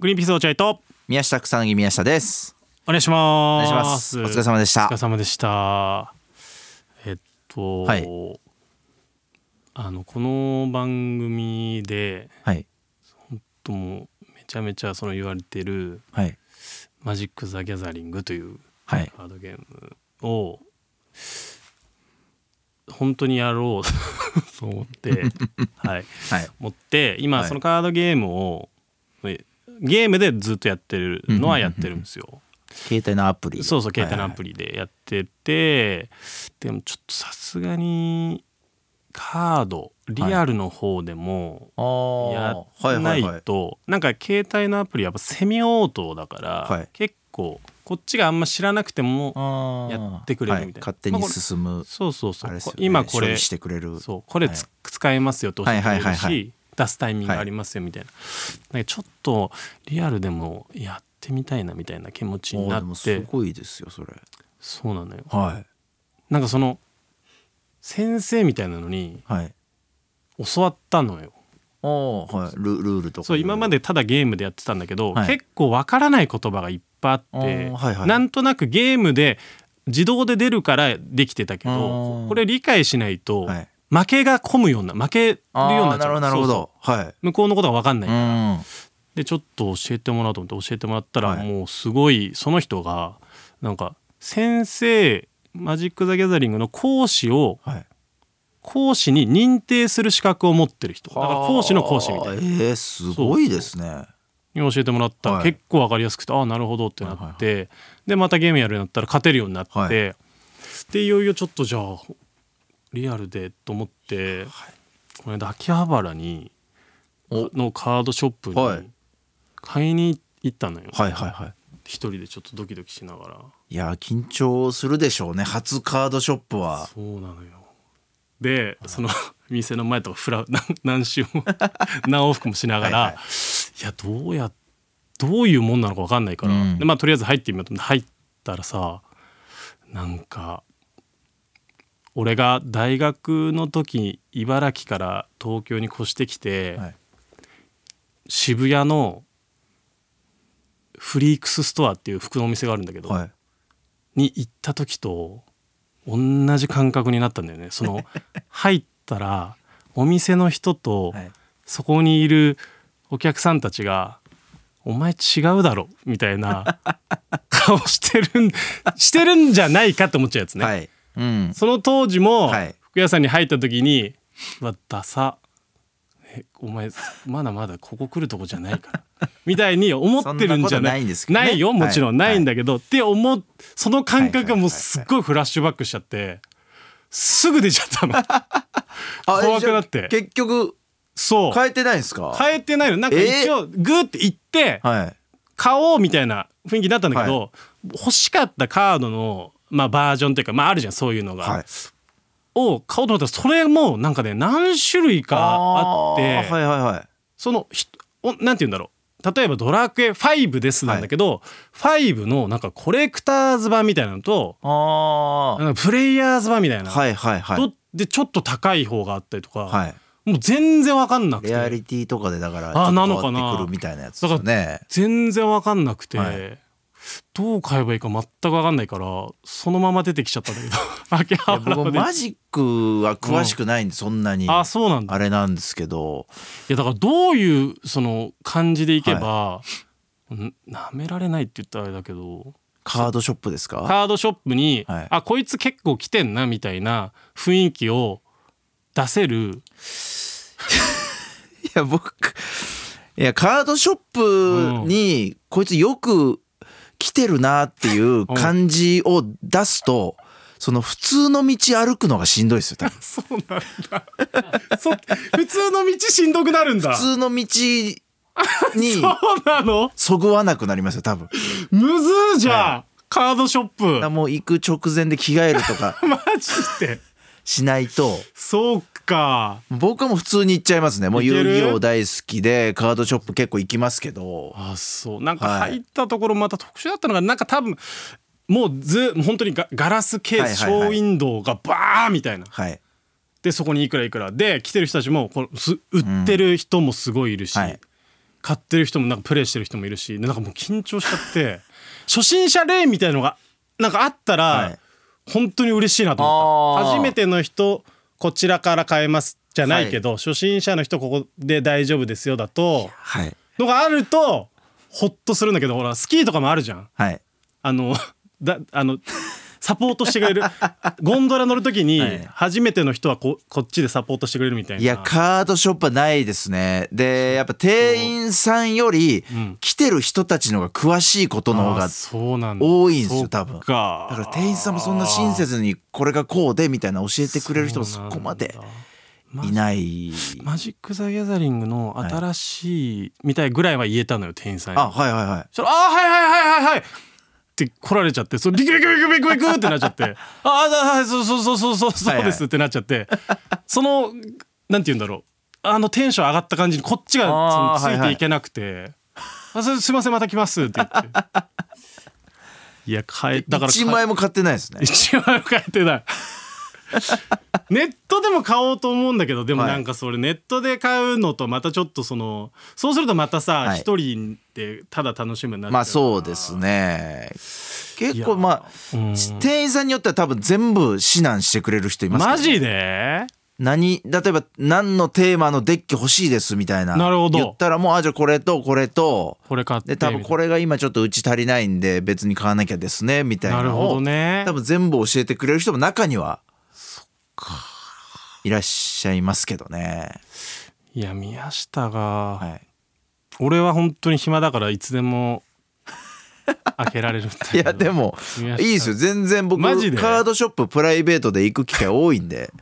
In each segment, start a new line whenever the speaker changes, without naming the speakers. グリーンピース落合と
宮下草薙宮下です
お願いしま
お願いしますすお疲れ様でし
お
た
疲れ様でしたえっと、
はい
あのこの番組で
はい
ともうめちゃめちゃその言われてる
はい
「マジック・ザ・ギャザリング」という
はい
カードゲームを本当にやろうと思 って、はい、
はい
持って今
はい
そのカードゲームをえゲームでずっとやってるのはやってるんですよ。
携帯のアプリ
そうそう携帯のアプリでやっててでもちょっとさすがにカードリアルの方でも
はいは
や
いああ
ら
は
ないい
はいはい
となんか携帯のアプリやっぱセミオートだから、
はい
結構こっちがあんま知らなくても
あー
やってくれるみたいな
は勝手に進む
そうそうそ
あ
う、
れです
こ
よね
今こ
処
れ
理してくれる
そうこれつ、使えますよと教えてくれるし、
はいはいはいは
出すタイミングありますよみたいな,、なんかちょっとリアルでもやってみたいなみたいな気持ちに
おー
な
でも
っ
す
て
ごいですよそれ
そうなのよ
はい
なんかその先生みたいなのに
はい
教わったのよ
ああはいルルールとか
そう今までただゲームでやってたんだけど、
はい
結構わからない言葉がいっぱいあって、
あーはいはい
なんとなくゲームで自動で出るからできてたけ
あ
ど
ー
これ理解しないと
はい
負けが込むような負けるよう
あ
にな
あ
っち
な
ゃう
るほどなるほ
そう
ど
そ
は
う向こうのことが分かんないい、
うん
でちょっと教えてもらおうと思って教えてもらったら、
はい
もうすごいその人がなんか先生マジック・ザ・ギャザリングの講師を
はい
講師に認定する資格を持ってる人だから講師の講師みたいな
なえーすごいですね
に教えてもらったら
はい
結構わかりやすくて、ああなるほどってなって、でまたゲームやるようになったら勝てるようになって、
はい
でいよいよちょっとじゃあリアルでと思って、この間秋葉原に
お
のカードショップ
はい
に買いに行ったのよ、
はいはいはい
一人でちょっとドキドキしながら
いやー緊張するでしょうね初カードショップは
そうなのよでその 店の前とかフラ 何何周も何往復もしながら
はいいは
やどうやどういうもんなのか分かんないから、
うん
でまあとりあえず入ってみようと思って入ったらさなんか俺が大学の時茨城から東京に越してきて、
はい
渋谷のフリークスストアっていう服のお店があるんだけど、
はい
に行った時と同じ感覚になったんだよねそ の入ったらお店の人と
はい
そこにいるお客さんたちが「お前違うだろ」みたいな顔してるんしてるんじゃないかって思っちゃうやつね、
はいうん
その当時も
はい
服屋さんに入った時に「うわダサえお前まだまだここ来るとこじゃない から」みたいに思ってるんじゃ
そんなこと
な
ないいんですけどね
ないよもちろん
はい
ないんだけど、って思うその感覚がもうすっ
はい
ごいフラッシュバックしちゃってすぐ出ちゃった の
あ
怖くなっ
じゃあ
て
結局
そう
変えてないんですか
変えてないのなんか一応グーって言って
はい
買おうみたいな雰囲気だったんだけど、
は
欲しかったカードの、まあ、バージョンというか、まあ、あるじゃんそういうのが、
はい
を買おうと思ったらそれもなんかね何種類かあって
ーはいはいはい
そのひおなんて言うんだろう例えば「ドラクエ5です」なんだけど、5のなんかコレクターズ版みたいなのと
あー
なんかプレイヤーズ版みたいな、
はいはいはい
どでちょっと高い方があったりとか、
はい
もう全然分かんなく
レア
て
リティとかでだからちょ
あ
っ
ー
と
なのかな
変わってくるみたいなやつですよね
全然分かんなくて、
はい
どう買えばいいか全く分かんないからそのまま出てきちゃったんだけど 秋
い
葉
や
原
僕
まで
マジックは詳しくないんでそんなに
あ
あ
そうなんだ
れなんですけど
いやだからどういうその感じでいけば、んなめられないって言ったらあれだけど
カードショップですか
カードショップに、
はい
あこいつ結構来てんなみたいな雰囲気を出せる
いや僕いやカードショップにこいつよく来てるなっていう感じを出すとその普通の道歩くのがしんどいですよ多分
そうなんだ そ普通の道しんどくなるんだ
普通の道に
そうなの
そぐわなくなりますよ多分だか
むずーじゃん、カードショップ
らもう行く直前で着替えるとか
マジで
しないと
そうか
僕はもう普通に行っちゃいますねもう
いけ
遊
る
戯王大好きでカードショップ結構行きますけど
あそうなんか
はい
入ったところまた特殊だったのがなんか多分もうず本当にガガラスケースシ
はいはい
ョ
は
ー
い
ウィンドウがバーみたいな
はい
でそこにいくらいくらで来てる人たちもこのす売ってる人もすごいいるし、
はい
買ってる人もなんかプレイしてる人もいるしでなんかもう緊張しちゃって初心者レーンみたいなのがなんかあったら、
はい
本当に嬉しいなと思っ
あー
た初めての人こちらから買えますじゃないけど、初心者の人ここで大丈夫ですよだと
はい
のがあるとほっとするんだけどほらスキーとかもあるじゃん。
はい
あの だあのサポートしてくれ るゴンドラ乗る時に
はい
初めての人はここっちでサポートしてくれるみたいない
やカードショップはないですねでやっぱ店員さんより
うん
来てる人たちの方が詳しいことの方
あー
が
そうなんだ
多いんですよ多分
そっ
だか
から
店員さんもそんな親切にこれがこうでみたいな教えてくれる人もそこまで
そうなんだ
いない
マジック・ザ・ギャザリングの新しいみたいぐらいは言えたのよ店員さんに
あはいはいはい
そしたらあーはいはいはいはいはい」って来られちゃってそれビクビクビクビクビクってなっちゃ って「ああはいはいそうそうそうそうそう
はい
そ
は
う
い
です」ってなっちゃってそのなんて言うんだろうあのテンション上がった感じにこっちがその
あー
つ
はい
い
は
て
い
いけなくて「あそれすいませんまた来ます」って言 って。いや変えだから
1枚も買ってないですね
一枚も買えてない ネットでも買おうと思うんだけどでも
はい
なんかそれネットで買うのとまたちょっとそのそうするとまたさ
はい
一、人でただ楽しむようになっちゃう
まあそうですね結構まあ
うん
店員さんによっては多分全部指南してくれる人いますけど
マジで
何例えば何のテーマのデッキ欲しいですみたいな
なるほど
言ったらもうあじゃあこれとこれと
これ買って
で多分こ
れ
れが今ちょっとうち足りないんで別に買わなきゃですねみたいな
なる
のを
ほどね
多分全部教えてくれる人も中にはいらっしゃいますけどね
いや宮下が、
はい
俺は本当に暇だからいつで も開けられるんだ
い
けど
やでも
宮
い
下
いですよ全然僕
マジで
カードショッププライベートで行く機会多いんで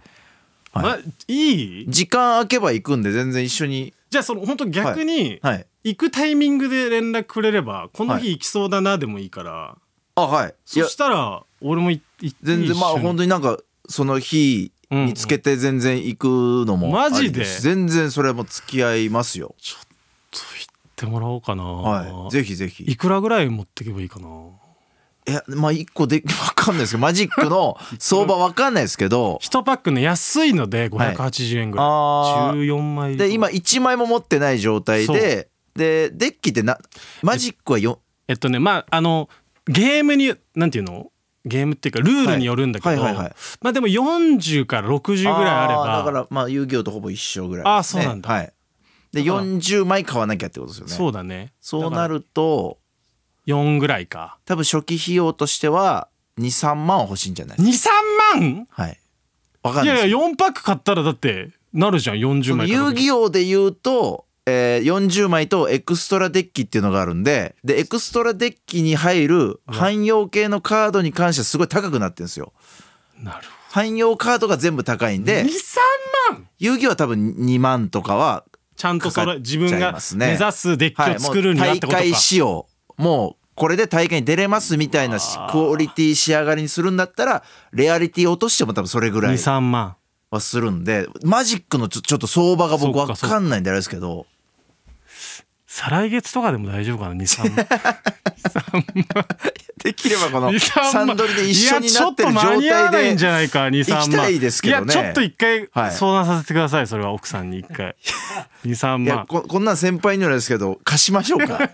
はい
まいい
時間空けば行くんで全然一緒に
じゃあその本当逆に、
はい
行くタイミングで連絡くれればこの日行きそうだなでもいいから、
あはいい
そ
や
したら俺もい行って
全然まあ本
当
当になんかその日につけて全然行くのも
マジ
あり
です
全然それはもう付き合いますよ
行ってもらおうかな、
はいぜひぜひ
いくらぐらい持ってけばいいかない
やまあ一個で わかんないですけどマジック の相場わかんないですけど
1パックね安いので
はい
580円ぐらい、
あー
14枚入り
で今1枚も持ってない状態
そう
ででデッキってなマジックはよ
えっとねまああのゲームになんていうのゲームっていうかルールによるんだけど、
はいはいはいはい
まあでも40から60ぐらいあれば
ーだからまあ遊戯王とほぼ一緒ぐらい
あー
ですね
そうなんだ
はいで
だから
40枚買わなきゃってことですよね
そうだね
そうな
る
ると
4ぐらいか
多分初期費用としては23万は欲しいんじゃない
23万
はいわかん
い
ないで
や
すけ
い
ど
や4パック買ったらだってなるじゃん40
その
枚
遊戯王で言うと、えー40枚とエクストラデッキっていうのがあるんででエクストラデッキに入る汎用系のカードに関してはすごい高くなってるんですよ
なるほ
汎用カードが全部高いん
ど
で
23万
遊戯王は多分2万とかは、
ちゃんとそ
か
れ
かっ
自分
ちゃい
が
ますね
目指すデッ
は
キ
い、
を
も
作る
うん
だって
大
ことか、
会仕様もうこれで大会に出れますみたいな
あー
クオリティ仕上がりにするんだったらレアリティ落としても多分それぐらい
23万
はするんでマジックのちょちょっと相場が僕
そっ
わ
かそっか
かんないんであれですけど
再来月とかでも大丈夫かな23万
できればこの
23万
サンドリで一緒になってる状
いや
態
ちょっと間に合わないん
で
じゃないか23万
行きたいですけどね
いやちょっと一回
はい
相談させてください、それは奥さんに一 回23
いや
万
ここんなん先輩にはですけど貸しましょ うか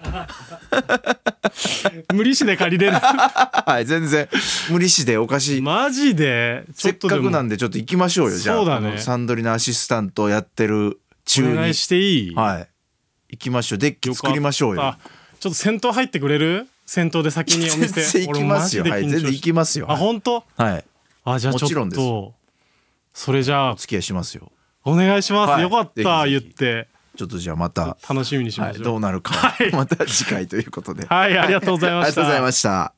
無利子で借りれる
はい全然無利子でお貸し
マジでち
せ
ょ
っ
っとで
か
も
くなんでちょっと行きましょうよじゃあ
そうだね
このサンドリのアシスタントをやってる中
お
に
願いしていい、
はい行きましょうデッキ作りましょうよ
あちょっと先頭入ってくれる先頭で先にお
全
店
然行きますよ
俺
は
マ
い
ジで緊張し
全然行きますよ
あ本当
はい
あじゃあち
もちろ
ょ
ん
っ
です
とそれじゃあ
お付き合いしますよ
お願いします、
はい
よかった
ぜひぜ
言っ
ひ
て
ちょっとじゃあまた
楽しみにし
は
ま
い
しょう、
どうなるか
はい
また次回ということで
はい、ありがとうござい
あり
ま
が
した。
とうございました